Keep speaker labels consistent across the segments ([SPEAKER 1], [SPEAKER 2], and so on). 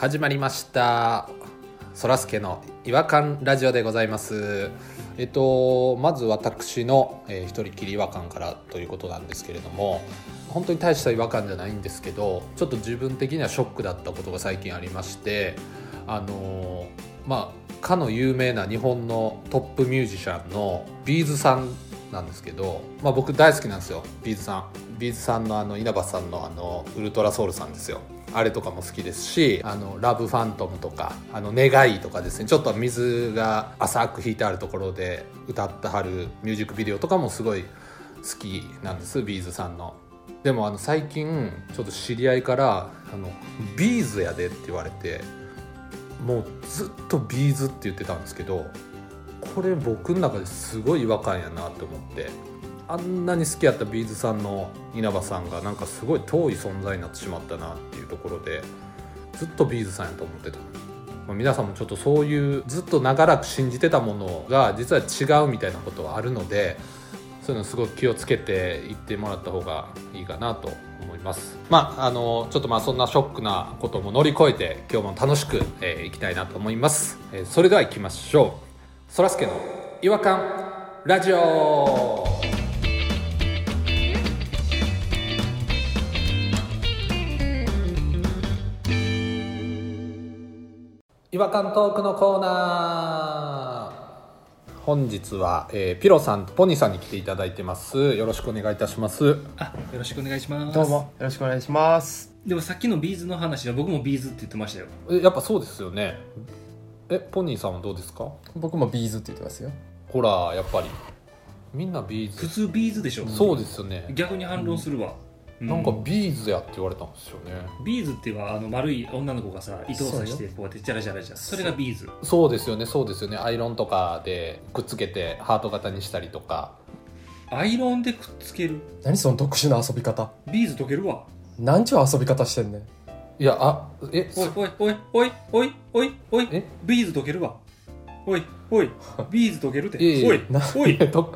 [SPEAKER 1] 始まりましたそらすけの違和感ラジオでございますえっとまず私の、えー一人きり違和感からということなんですけれども本当に大した違和感じゃないんですけどちょっと自分的にはショックだったことが最近ありましてあのーまあかの有名な日本のトップミュージシャンのビーズさんなんですけど、まあ、僕大好きなんですよビーズさんビーズさんのあの稲葉さんのあのウルトラソウルさんですよあれとかも好きですし「あのラブファントム」とか「あの願い」とかですねちょっと水が浅く引いてあるところで歌ってはるミュージックビデオとかもすごい好きなんですビーズさんの。でもあの最近ちょっと知り合いから「あのビーズやで」って言われてもうずっとビーズって言ってたんですけどこれ僕の中ですごい違和感やなと思ってあんなに好きやったビーズさんの稲葉さんがなんかすごい遠い存在になってしまったなっていうところでずっとビーズさんやと思ってた、まあ皆さんもちょっとそういうずっと長らく信じてたものが実は違うみたいなことはあるのでそういうのすごく気をつけていってもらった方がいいかなと思いますまああのちょっとまあそんなショックなことも乗り越えて今日も楽しく、えーいきたいなと思います、えーそれでは行きましょうそらすけの違和感ラジオ違和感トークのコーナー本日は、えーピロさんとポニーさんに来ていただいてますよろしくお願いいたします
[SPEAKER 2] あよろしくお願いします
[SPEAKER 3] どうもよろしくお願いします。
[SPEAKER 2] でもさっきのビーズの話は僕もビーズって言ってましたよ
[SPEAKER 1] えやっぱそうですよねえポニーさんはどうですか
[SPEAKER 3] 僕もビーズって言ってますよ。
[SPEAKER 1] ほらやっぱりみんなビー
[SPEAKER 2] 普
[SPEAKER 1] ズ
[SPEAKER 2] 通ビーズでしょ
[SPEAKER 1] そうですよね
[SPEAKER 2] 逆に反論するわ、う
[SPEAKER 1] なんかビーズやって言われたんですよね
[SPEAKER 2] ビーズってはあの丸い女の子がさ糸を刺し
[SPEAKER 3] そう
[SPEAKER 2] てこうやってジャラジャラジャラそれがビーズ
[SPEAKER 1] そうですよねそうですよねアイロンとかでくっつけてハート型にしたりとか
[SPEAKER 2] アイロンでくっつける
[SPEAKER 3] 何その特殊な遊び方。
[SPEAKER 2] ビーズ溶けるわ
[SPEAKER 3] 何ちゅう遊び方してんねん。
[SPEAKER 1] いやあえ
[SPEAKER 2] おい
[SPEAKER 1] そ
[SPEAKER 2] おいおいおいおいおいおい
[SPEAKER 1] え
[SPEAKER 2] ビーズ溶けるわおいおいビーズ溶けるって
[SPEAKER 1] いえいえ
[SPEAKER 2] おい
[SPEAKER 3] な
[SPEAKER 2] おい
[SPEAKER 1] と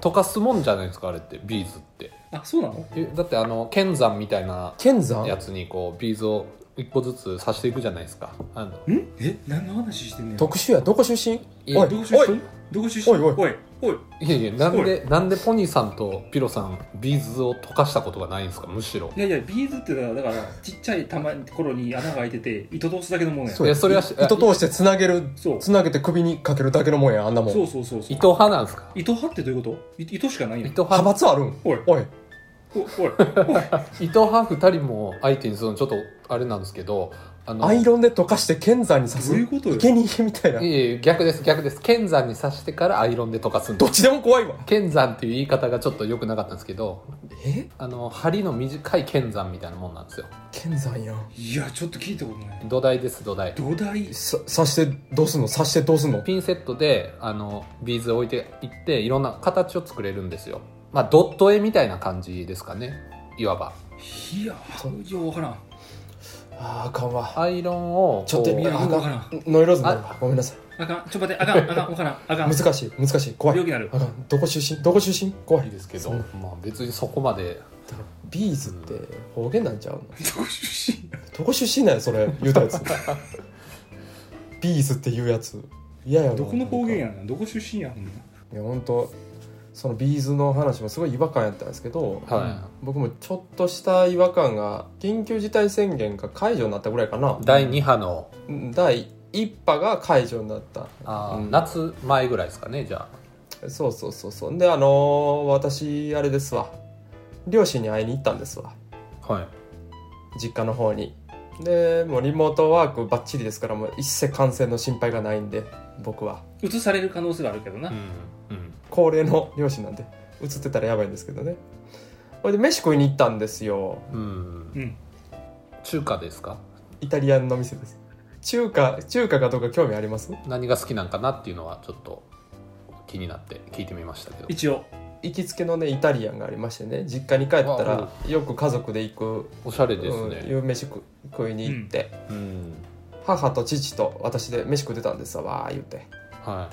[SPEAKER 1] 溶かすもんじゃないですかあれってビーズって
[SPEAKER 2] あそうなの
[SPEAKER 1] えだってあの剣山みたいな
[SPEAKER 3] 剣山
[SPEAKER 1] やつにこうビーズを一個ずつ刺していくじゃないですかあの
[SPEAKER 2] んえ何の話してんねん
[SPEAKER 3] 特殊や。どこ出身
[SPEAKER 1] い
[SPEAKER 3] お
[SPEAKER 1] や
[SPEAKER 3] い
[SPEAKER 2] どこ出
[SPEAKER 3] お
[SPEAKER 2] 身
[SPEAKER 3] い
[SPEAKER 2] どこ出身
[SPEAKER 3] おいおい
[SPEAKER 2] おいおい
[SPEAKER 1] いやいやなんでなんでポニーさんとピロさんビーズを溶かしたことがないんですかむしろ
[SPEAKER 2] いやいやビーズってだからだからちっちゃい玉の頃に穴が開いてて糸通すだけのものや
[SPEAKER 1] うやそれはし
[SPEAKER 3] 糸通してつなげる。
[SPEAKER 2] そう
[SPEAKER 3] つなげて首にかけるだけのもんや、あんなもん。
[SPEAKER 2] そうそうそうそう
[SPEAKER 1] 糸派なんですか
[SPEAKER 2] 糸派ってどういうことい糸しかないやん
[SPEAKER 1] 糸派
[SPEAKER 3] 派閥あるん
[SPEAKER 2] おい
[SPEAKER 3] おい。
[SPEAKER 2] おいおい
[SPEAKER 1] 糸派2人も相手にそのちょっとあれなんですけどあの
[SPEAKER 3] アイロンで溶かして剣山に刺す。
[SPEAKER 2] どういうことよ
[SPEAKER 3] 生贄みたいな。
[SPEAKER 1] いえいえ逆です逆です剣山に刺してからアイロンで溶かすん
[SPEAKER 3] ど
[SPEAKER 1] で
[SPEAKER 3] っちでも怖いわ。
[SPEAKER 1] 剣山っていう言い方がちょっと良くなかったんですけど
[SPEAKER 3] え
[SPEAKER 1] あの針の短い剣山みたいなもんなんですよ
[SPEAKER 3] 剣山やん。
[SPEAKER 2] いやちょっと聞いたことない
[SPEAKER 1] 土台です土台
[SPEAKER 2] 土台
[SPEAKER 3] さ刺してどうすんの刺してどうすんの
[SPEAKER 1] ピンセットであのビーズを置いていっていろんな形を作れるんですよまあドット絵みたいな感じですかねいわば
[SPEAKER 2] いやようわからん
[SPEAKER 3] あーあかんわ。
[SPEAKER 1] アイロンをこう
[SPEAKER 3] ちょっと意味
[SPEAKER 2] いや
[SPEAKER 3] あ
[SPEAKER 2] よくわからん
[SPEAKER 3] ノイローズになるわ。ごめんなさい。
[SPEAKER 2] あかんちょっと待ってあかんあかんわからんあかん
[SPEAKER 3] 難しい、難しい。怖い
[SPEAKER 2] 病。気になる
[SPEAKER 3] あかん。どこ出身どこ出身怖
[SPEAKER 1] いい
[SPEAKER 3] い。
[SPEAKER 1] ですけど、
[SPEAKER 3] そう
[SPEAKER 1] まあ、別にそこまで
[SPEAKER 3] だからビーズって方言なんちゃうの、
[SPEAKER 2] どこ出身
[SPEAKER 3] どこ出身なんやそれ言うたやつビーズっていうやつ嫌やわ
[SPEAKER 2] どこの方言やんどこ出身やほんま
[SPEAKER 3] いや本当そのビーズの話もすごい違和感やったんですけど、
[SPEAKER 1] は
[SPEAKER 3] 僕もちょっとした違和感が緊急事態宣言が解除になったぐらいかな
[SPEAKER 1] 第2波の
[SPEAKER 3] うん第1波が解除になった
[SPEAKER 1] あー、
[SPEAKER 3] うん
[SPEAKER 1] 夏前ぐらいですかねじゃ
[SPEAKER 3] そうそうそうそうんであのー私あれですわ両親に会いに行ったんですわ
[SPEAKER 1] あはい
[SPEAKER 3] 実家の方にでもうリモートワークばっちりですからもう一切感染の心配がないんで僕は
[SPEAKER 2] 移される可能性はあるけどな、
[SPEAKER 1] うんうん
[SPEAKER 3] 高齢の両親なんで映ってたらやばいんですけどねほいで飯食いに行ったんですよ
[SPEAKER 1] うん
[SPEAKER 2] うん、
[SPEAKER 1] 中華ですか
[SPEAKER 3] イタリアンの店です中華中華かどうか興味あります
[SPEAKER 1] 何が好きなんかなっていうのはちょっと気になって聞いてみましたけど
[SPEAKER 2] 一応
[SPEAKER 3] 行きつけのねイタリアンがありましてね実家に帰ったらよく家族で行く、
[SPEAKER 1] おしゃれです
[SPEAKER 3] うん、
[SPEAKER 1] ね
[SPEAKER 3] 夕飯食食いに行って、
[SPEAKER 1] うん
[SPEAKER 3] 母と父と私で飯食ってたんですわわー言うて
[SPEAKER 1] は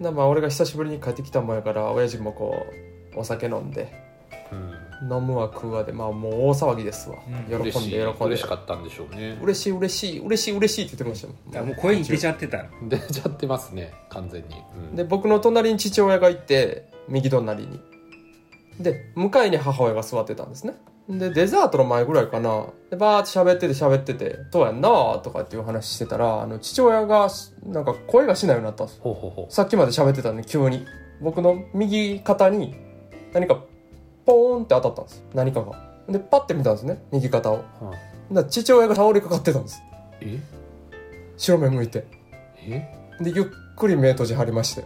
[SPEAKER 3] なまあ俺が久しぶりに帰ってきたもんやから親父もこうお酒飲んで
[SPEAKER 1] うん
[SPEAKER 3] 飲むわ食うわでまあもう大騒ぎですわ、
[SPEAKER 2] うん
[SPEAKER 3] 喜んで
[SPEAKER 1] 嬉し
[SPEAKER 3] 喜ん
[SPEAKER 1] い
[SPEAKER 3] で
[SPEAKER 1] 嬉しかったんでしょうね
[SPEAKER 3] 嬉しい嬉しい嬉しい嬉しいって言ってましたも
[SPEAKER 2] あ
[SPEAKER 3] ん
[SPEAKER 2] もう声に出ちゃってた
[SPEAKER 1] 出ちゃってますね完全に、うん
[SPEAKER 3] で僕の隣に父親がいて右隣にで向かいに母親が座ってたんですねでデザートの前ぐらいかなでバーって喋ってて喋ってて「そうやんな」とかっていう話してたらあの父親がなんか声がしないようになったんです
[SPEAKER 1] ほうほうほ
[SPEAKER 3] さっきまで喋ってたのに急に僕の右肩に何かポーンって当たったんです何かがでパッて見たんですね右肩を
[SPEAKER 1] う、うん
[SPEAKER 3] だから父親が倒れかかってたんです
[SPEAKER 1] え
[SPEAKER 3] 白目向いて
[SPEAKER 1] え
[SPEAKER 3] でゆっくり目閉じ張りまして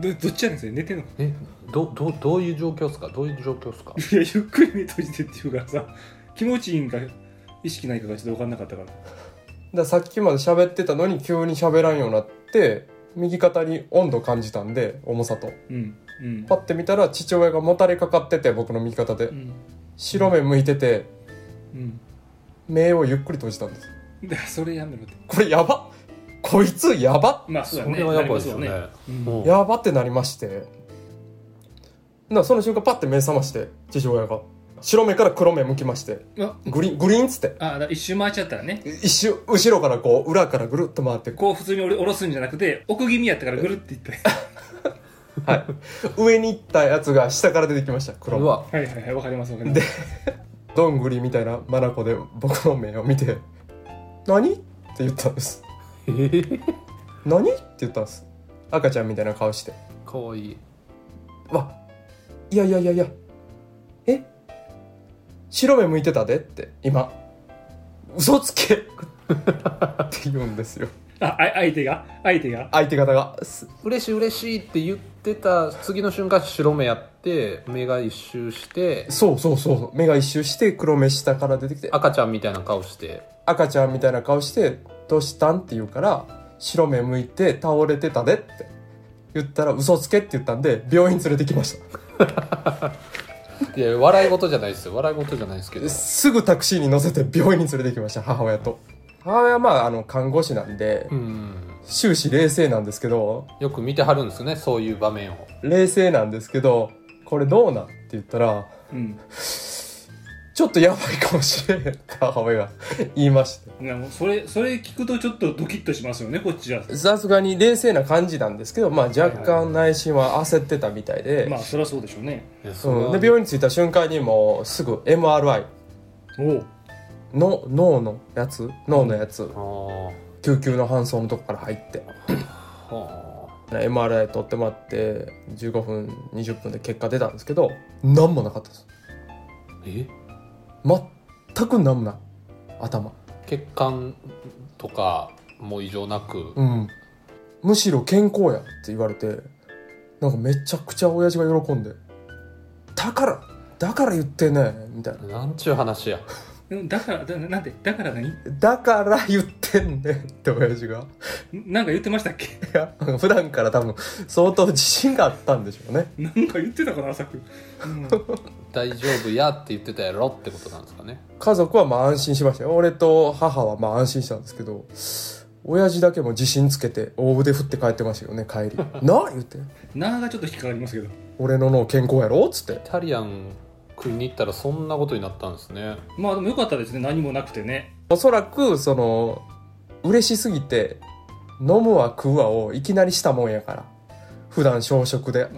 [SPEAKER 2] どどっちやねんそれ寝てんの
[SPEAKER 1] えどどどういう状況ですかどういう状況ですか
[SPEAKER 2] いやゆっくり目閉じてっていうからさ気持ちいいんか意識ないかがちょっと分かんなかったから
[SPEAKER 3] だからさっきまで喋ってたのに急に喋らんようになって右肩に温度感じたんで重さと
[SPEAKER 2] うんうん
[SPEAKER 3] パッて見たら父親がもたれかかってて僕の右肩で
[SPEAKER 2] うん
[SPEAKER 3] 白目向いてて
[SPEAKER 2] うん
[SPEAKER 3] 目をゆっくり閉じたんです
[SPEAKER 2] だからそれやめろって
[SPEAKER 3] これやばこいつやば
[SPEAKER 2] まあそうだね
[SPEAKER 1] それはやばいですよね
[SPEAKER 2] なりますわうん
[SPEAKER 1] もう
[SPEAKER 3] やばってなりましてだからその瞬間パッて目覚まして父親が白目から黒目向きまして
[SPEAKER 2] あ
[SPEAKER 3] グリーングリーンっつって
[SPEAKER 2] あだから一周回っちゃったらね
[SPEAKER 3] 一瞬後ろからこう裏からぐるっと回って
[SPEAKER 2] こう普通に俺下ろすんじゃなくて奥気味やったからぐるっていった
[SPEAKER 3] 上に行ったやつが下から出てきました黒
[SPEAKER 1] う
[SPEAKER 3] 目
[SPEAKER 1] わ
[SPEAKER 2] はいはいはいわかりますわかります
[SPEAKER 3] どんぐりみたいな眼で僕の目を見て「何?」って言ったんです
[SPEAKER 1] え ー、
[SPEAKER 3] 「何?」って言ったんです赤ちゃんみたいな顔して
[SPEAKER 1] かわいい
[SPEAKER 3] 「わいやいやいやいやえ白目向いてたで」って今「嘘つけ!」って言うんですよ
[SPEAKER 2] ああ相手が相手が
[SPEAKER 3] 相手方がす
[SPEAKER 1] 嬉しい嬉しいって言ってた次の瞬間白目やって目が一周して
[SPEAKER 3] そうそうそうそう目が一周して黒目下から出てきてあ
[SPEAKER 1] 赤ちゃんみたいな顔して
[SPEAKER 3] 赤ちゃんみたいな顔して「どうしたん?」って言うから白目向いて倒れてたでって言ったら嘘つけって言ったんで病院連れてきました
[SPEAKER 1] いや笑い事じゃないですよ笑い事じゃないですけど
[SPEAKER 3] すぐタクシーに乗せて病院に連れてきました母親と母親はまああの看護師なんで
[SPEAKER 1] うん
[SPEAKER 3] 終始冷静なんですけど
[SPEAKER 1] よく見てはるんですねそういう場面を
[SPEAKER 3] 冷静なんですけどこれどうなんって言ったら
[SPEAKER 2] うん
[SPEAKER 3] ちょっとやばいかもしれんって母親が言いまして
[SPEAKER 2] いやもうそれそれ聞くとちょっとドキッとしますよねこっちは
[SPEAKER 3] さすがに冷静な感じなんですけど、まあ、若干内心は焦ってたみたいで、
[SPEAKER 2] まあそりゃそうでしょうね
[SPEAKER 1] いやそれは
[SPEAKER 3] うん、で病院に着いた瞬間にもうすぐ MRI
[SPEAKER 2] おお
[SPEAKER 3] の脳のやつ脳のやつ、
[SPEAKER 1] あー
[SPEAKER 3] 救急の搬送のとこから入って
[SPEAKER 1] は
[SPEAKER 3] MRI 取ってもらって15分20分で結果出たんですけど何もなかったです
[SPEAKER 1] あえ
[SPEAKER 3] 全く何もない頭
[SPEAKER 1] 血管とかも異常なく
[SPEAKER 3] うんむしろ健康やって言われてなんかめちゃくちゃ親父が喜んで「だからだから言ってね」みたいな
[SPEAKER 1] なんちゅう話や
[SPEAKER 2] うんだからだなんでだから何ん
[SPEAKER 3] 「だから言ってんねん」って親父が
[SPEAKER 2] なんか言ってましたっけ
[SPEAKER 3] いや普段から多分相当自信があったんでしょうね
[SPEAKER 2] なんか言ってたかなさっき、うん、
[SPEAKER 1] 大丈夫やって言ってたやろってことなんですかね
[SPEAKER 3] 家族はまあ安心しましたよ俺と母はまあ安心したんですけど親父だけも自信つけて大腕振って帰ってましたよね帰り なあ言って
[SPEAKER 2] なあがちょっと引っかかりますけど
[SPEAKER 3] 俺の脳健康やろっつって
[SPEAKER 1] イタリアン食いに行ったらそんなことになったんですね
[SPEAKER 2] まあでもよかったですね何もなくてね
[SPEAKER 3] おそらくその嬉しすぎて飲むわ食うわをいきなりしたもんやから普段小食で
[SPEAKER 2] あ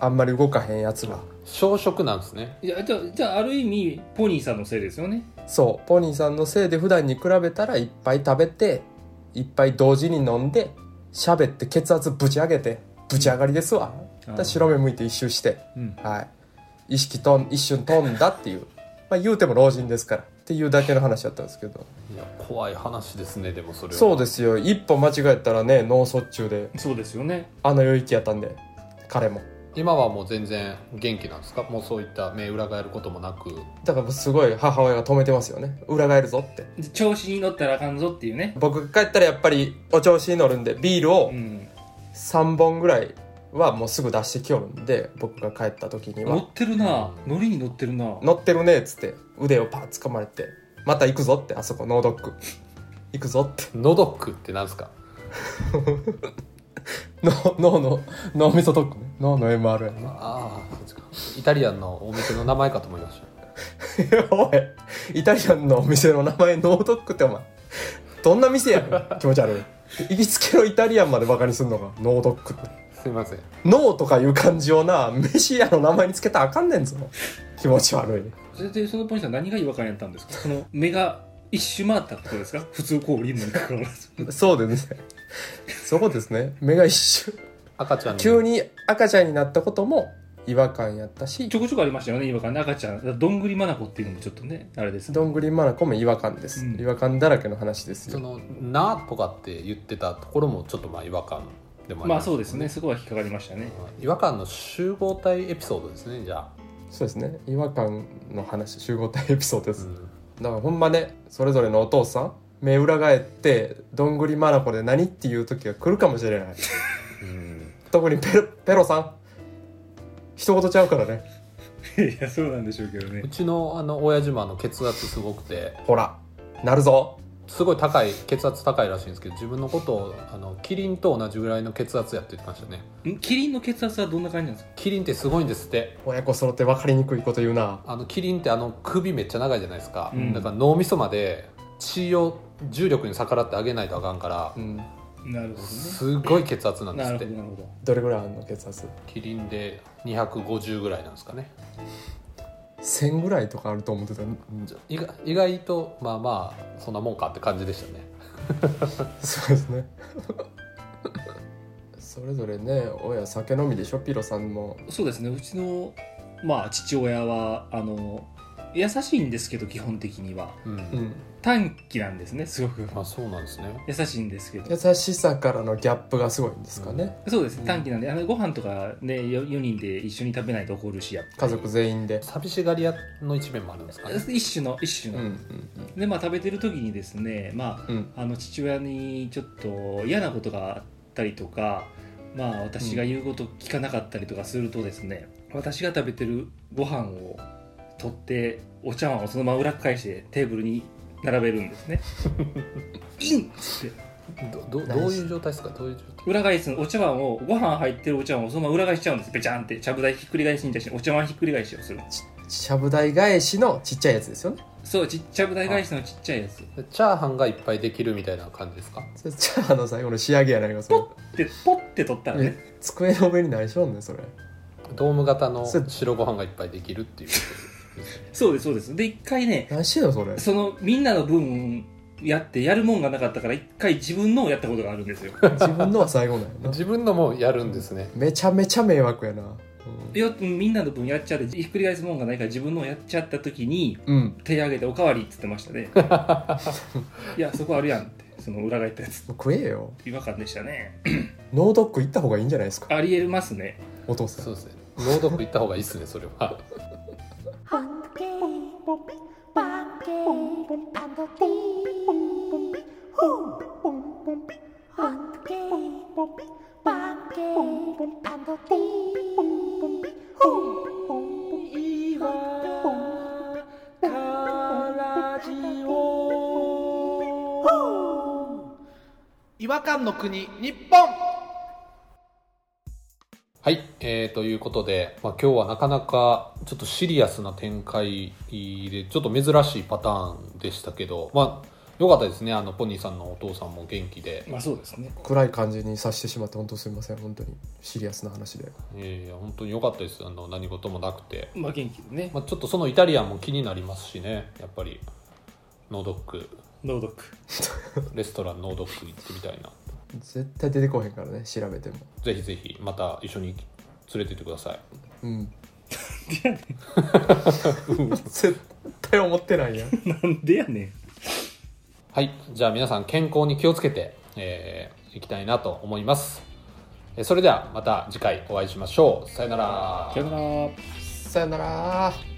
[SPEAKER 2] あ
[SPEAKER 3] あんまり動かへんやつが
[SPEAKER 1] 小食なんですね
[SPEAKER 2] いやじゃあじゃあある意味ポニーさんのせいですよね
[SPEAKER 3] そうポニーさんのせいで普段に比べたらいっぱい食べていっぱい同時に飲んで喋って血圧ぶち上げてぶち上がりですわ、だから白目向いて一周して
[SPEAKER 2] うん
[SPEAKER 3] はい、意識とん一瞬飛んだっていう、まあ、言うても老人ですからっていうだけの話だったんですけど
[SPEAKER 1] いや怖い話ですねでもそれは
[SPEAKER 3] そうですよ一歩間違えたらね脳卒中で
[SPEAKER 2] そうですよね
[SPEAKER 3] あの領域やったんで彼も
[SPEAKER 1] 今はもう全然元気なんですかもうそういった目裏返ることもなく
[SPEAKER 3] だからすごい母親が止めてますよね裏返るぞって
[SPEAKER 2] で調子に乗ったらあかんぞっていうね
[SPEAKER 3] 僕が帰ったらやっぱりお調子に乗るんでビールを
[SPEAKER 2] うん
[SPEAKER 3] 3本ぐらいはもうすぐ出してきよるんで僕が帰った時に
[SPEAKER 2] 乗
[SPEAKER 3] は
[SPEAKER 2] ってるな乗りに乗ってるな
[SPEAKER 3] 「乗ってるね」っつって腕をパッ掴まれて「また行くぞ」ってあそこノードック行くぞって
[SPEAKER 1] のどックってなんですか
[SPEAKER 3] の脳の脳みそドックね脳の MR やんな
[SPEAKER 1] ああイタリアンのお店の名前かと思いました
[SPEAKER 3] おいイタリアンのお店の名前ノードックってお前どんな店やねん気持ち悪い行きつけのイタリアンまでバカにすんのかノードックって
[SPEAKER 1] すいません
[SPEAKER 3] ノーとかいう漢字をな飯屋の名前につけたらあかんねんぞ気持ち悪い
[SPEAKER 2] それでそのポイントは何が違和感やったんですかその目が一周回ったことです か普通こう降りるのにかかわらず
[SPEAKER 3] そうですね。そこですね。目が一瞬。
[SPEAKER 1] 赤ちゃんの
[SPEAKER 3] 急に赤ちゃんになったことも違和感やったし
[SPEAKER 2] ち、ょこちょこありましたよね違和感ね赤ちゃんどんぐりまなこっていうのもちょっとねあれですね
[SPEAKER 3] どんぐりまなこも違和感です。
[SPEAKER 2] うん
[SPEAKER 3] 違和感だらけの話です
[SPEAKER 1] そ
[SPEAKER 3] よ。
[SPEAKER 1] の「な」とかって言ってたところもちょっとまあ違和感でもあり
[SPEAKER 2] まあ
[SPEAKER 1] す
[SPEAKER 2] そうですねそこは引っかかりましたね
[SPEAKER 1] 違和感の集合体エピソードですねじゃあ、
[SPEAKER 3] そうですね。違和感の話、集合体エピソードで
[SPEAKER 1] う
[SPEAKER 3] す。
[SPEAKER 1] ん
[SPEAKER 3] だからほんまね、それぞれのお父さん、目裏返って、どんぐりまなこで何っていう時が来るかもしれない。
[SPEAKER 1] うん
[SPEAKER 3] 特にペロ、ペロさん。一言ちゃうからね。
[SPEAKER 2] いやそうなんでしょうけどね
[SPEAKER 1] うちのあの親父もあの血圧すごくて
[SPEAKER 3] ほら、なるぞ。
[SPEAKER 1] すごい高い血圧高いらしいんですけど自分のことをあのキリンと同じぐらいの血圧やって言ってましたね
[SPEAKER 2] んキリンの血圧はどんな感じなんですか
[SPEAKER 1] キリンってすごいんですって
[SPEAKER 3] 親子揃って分かりにくいこと言うな。
[SPEAKER 1] あのキリンってあの首めっちゃ長いじゃないですか、
[SPEAKER 2] うん
[SPEAKER 1] だから脳みそまで血を重力に逆らってあげないとあかんから
[SPEAKER 3] うん。
[SPEAKER 2] なるほ
[SPEAKER 1] すごい血圧な
[SPEAKER 2] ど
[SPEAKER 1] ん
[SPEAKER 2] ね
[SPEAKER 1] で
[SPEAKER 2] な
[SPEAKER 1] す
[SPEAKER 2] る
[SPEAKER 1] って
[SPEAKER 2] ほどなるほど
[SPEAKER 3] どれぐらいあんの血圧
[SPEAKER 1] キリンで250ぐらいなんですかね
[SPEAKER 3] 1000ぐらいとかあると思ってた
[SPEAKER 1] 意外意外とまあまあそんなもんかって感じでしたね
[SPEAKER 3] そうですねそれぞれね親酒飲みでしょピロさんも
[SPEAKER 2] そうですねうちのまあ父親はあの優しいんですけど基本的には
[SPEAKER 1] うん、
[SPEAKER 3] うん
[SPEAKER 2] 短気なんですねすごく
[SPEAKER 1] あそうなんですね
[SPEAKER 2] 優しいんですけど
[SPEAKER 3] 優しさからのギャップがすごいんですかね、
[SPEAKER 2] そうです
[SPEAKER 3] う
[SPEAKER 2] ね
[SPEAKER 3] ん
[SPEAKER 2] 短気なんであのご飯とかね 4, 人で一緒に食べないと怒るしやっぱり
[SPEAKER 3] 家族全員で
[SPEAKER 1] 寂しがり屋の一面もあるんですかね
[SPEAKER 2] 一種の一種
[SPEAKER 3] うん
[SPEAKER 2] の、でまあ食べてる時にですねま
[SPEAKER 3] うんうん
[SPEAKER 2] ああの父親にちょっと嫌なことがあったりとかまあ私が言うこと聞かなかったりとかするとですね、私が食べてるご飯を取ってお茶碗をそのまま裏返してテーブルに並べるんですねインっつって
[SPEAKER 1] どどどういう状態ですかどういう状態
[SPEAKER 2] 裏返すのお茶碗をご飯入ってるお茶碗をそのまま裏返しちゃうんですべちゃんってちゃぶ台ひっくり返しに対してお茶碗ひっくり返しをする
[SPEAKER 3] しゃぶ台返しのちっちゃいやつですよね
[SPEAKER 2] そうちっちゃぶ台返しのちっちゃいやつ
[SPEAKER 1] でチャーハンがいっぱいできるみたいな感じですか
[SPEAKER 3] それチャーハンの最後の仕上げやないかそ
[SPEAKER 2] でポッて取ったら
[SPEAKER 3] れ
[SPEAKER 2] ね
[SPEAKER 3] え机の上に何しよんねんそれ
[SPEAKER 1] ドーム型の
[SPEAKER 3] そう
[SPEAKER 1] 白ご飯がいっぱいできるっていう
[SPEAKER 2] そうですそうですで一回ね
[SPEAKER 3] 何してんのそれ
[SPEAKER 2] そのみんなの分やってやるもんがなかったから一回自分のをやったことがあるんですよ
[SPEAKER 3] 自分のは最後なんや な
[SPEAKER 1] 自分のもやるんですね
[SPEAKER 3] めちゃめちゃ迷惑やな
[SPEAKER 2] よみんなの分やっちゃってひっくり返すもんがないから自分のをやっちゃった時に
[SPEAKER 3] うん、うん、
[SPEAKER 2] 手挙げて「おかわり」っつってましたねいやそこあるやんってその裏返ったやつ
[SPEAKER 3] 食えよ
[SPEAKER 2] 違和感でしたね
[SPEAKER 3] ノードック行った方がいいんじゃないですか
[SPEAKER 2] ありえますね
[SPEAKER 3] お父さん
[SPEAKER 1] そうですね朗読行った方がいいですねそれは
[SPEAKER 4] Hunky,
[SPEAKER 5] 違和感の国日本
[SPEAKER 1] はい、えー、ということで、まあ、今日はなかなかちょっとシリアスな展開でちょっと珍しいパターンでしたけどまあよかったですねあのポニーさんのお父さんも元気で
[SPEAKER 2] まあそうですね
[SPEAKER 3] 暗い感じにさせてしまって本当すみません本当にシリアスな話で
[SPEAKER 1] ええ本当に良かったですあの何事もなくて、
[SPEAKER 2] まあ元気でね
[SPEAKER 1] まあ、ちょっとそのイタリアンも気になりますしねやっぱりノードック
[SPEAKER 2] 朗読
[SPEAKER 1] レストランノードック行ってみたいな
[SPEAKER 3] 絶対出てこへんからね調べても
[SPEAKER 1] ぜひぜひまた一緒に連れてってください
[SPEAKER 3] うん 絶対思ってないやん
[SPEAKER 2] なんでやねん
[SPEAKER 1] はいじゃあ皆さん健康に気をつけて、えー、いきたいなと思いますえーそれではまた次回お会いしましょうさよなら
[SPEAKER 2] さよなら
[SPEAKER 3] さよなら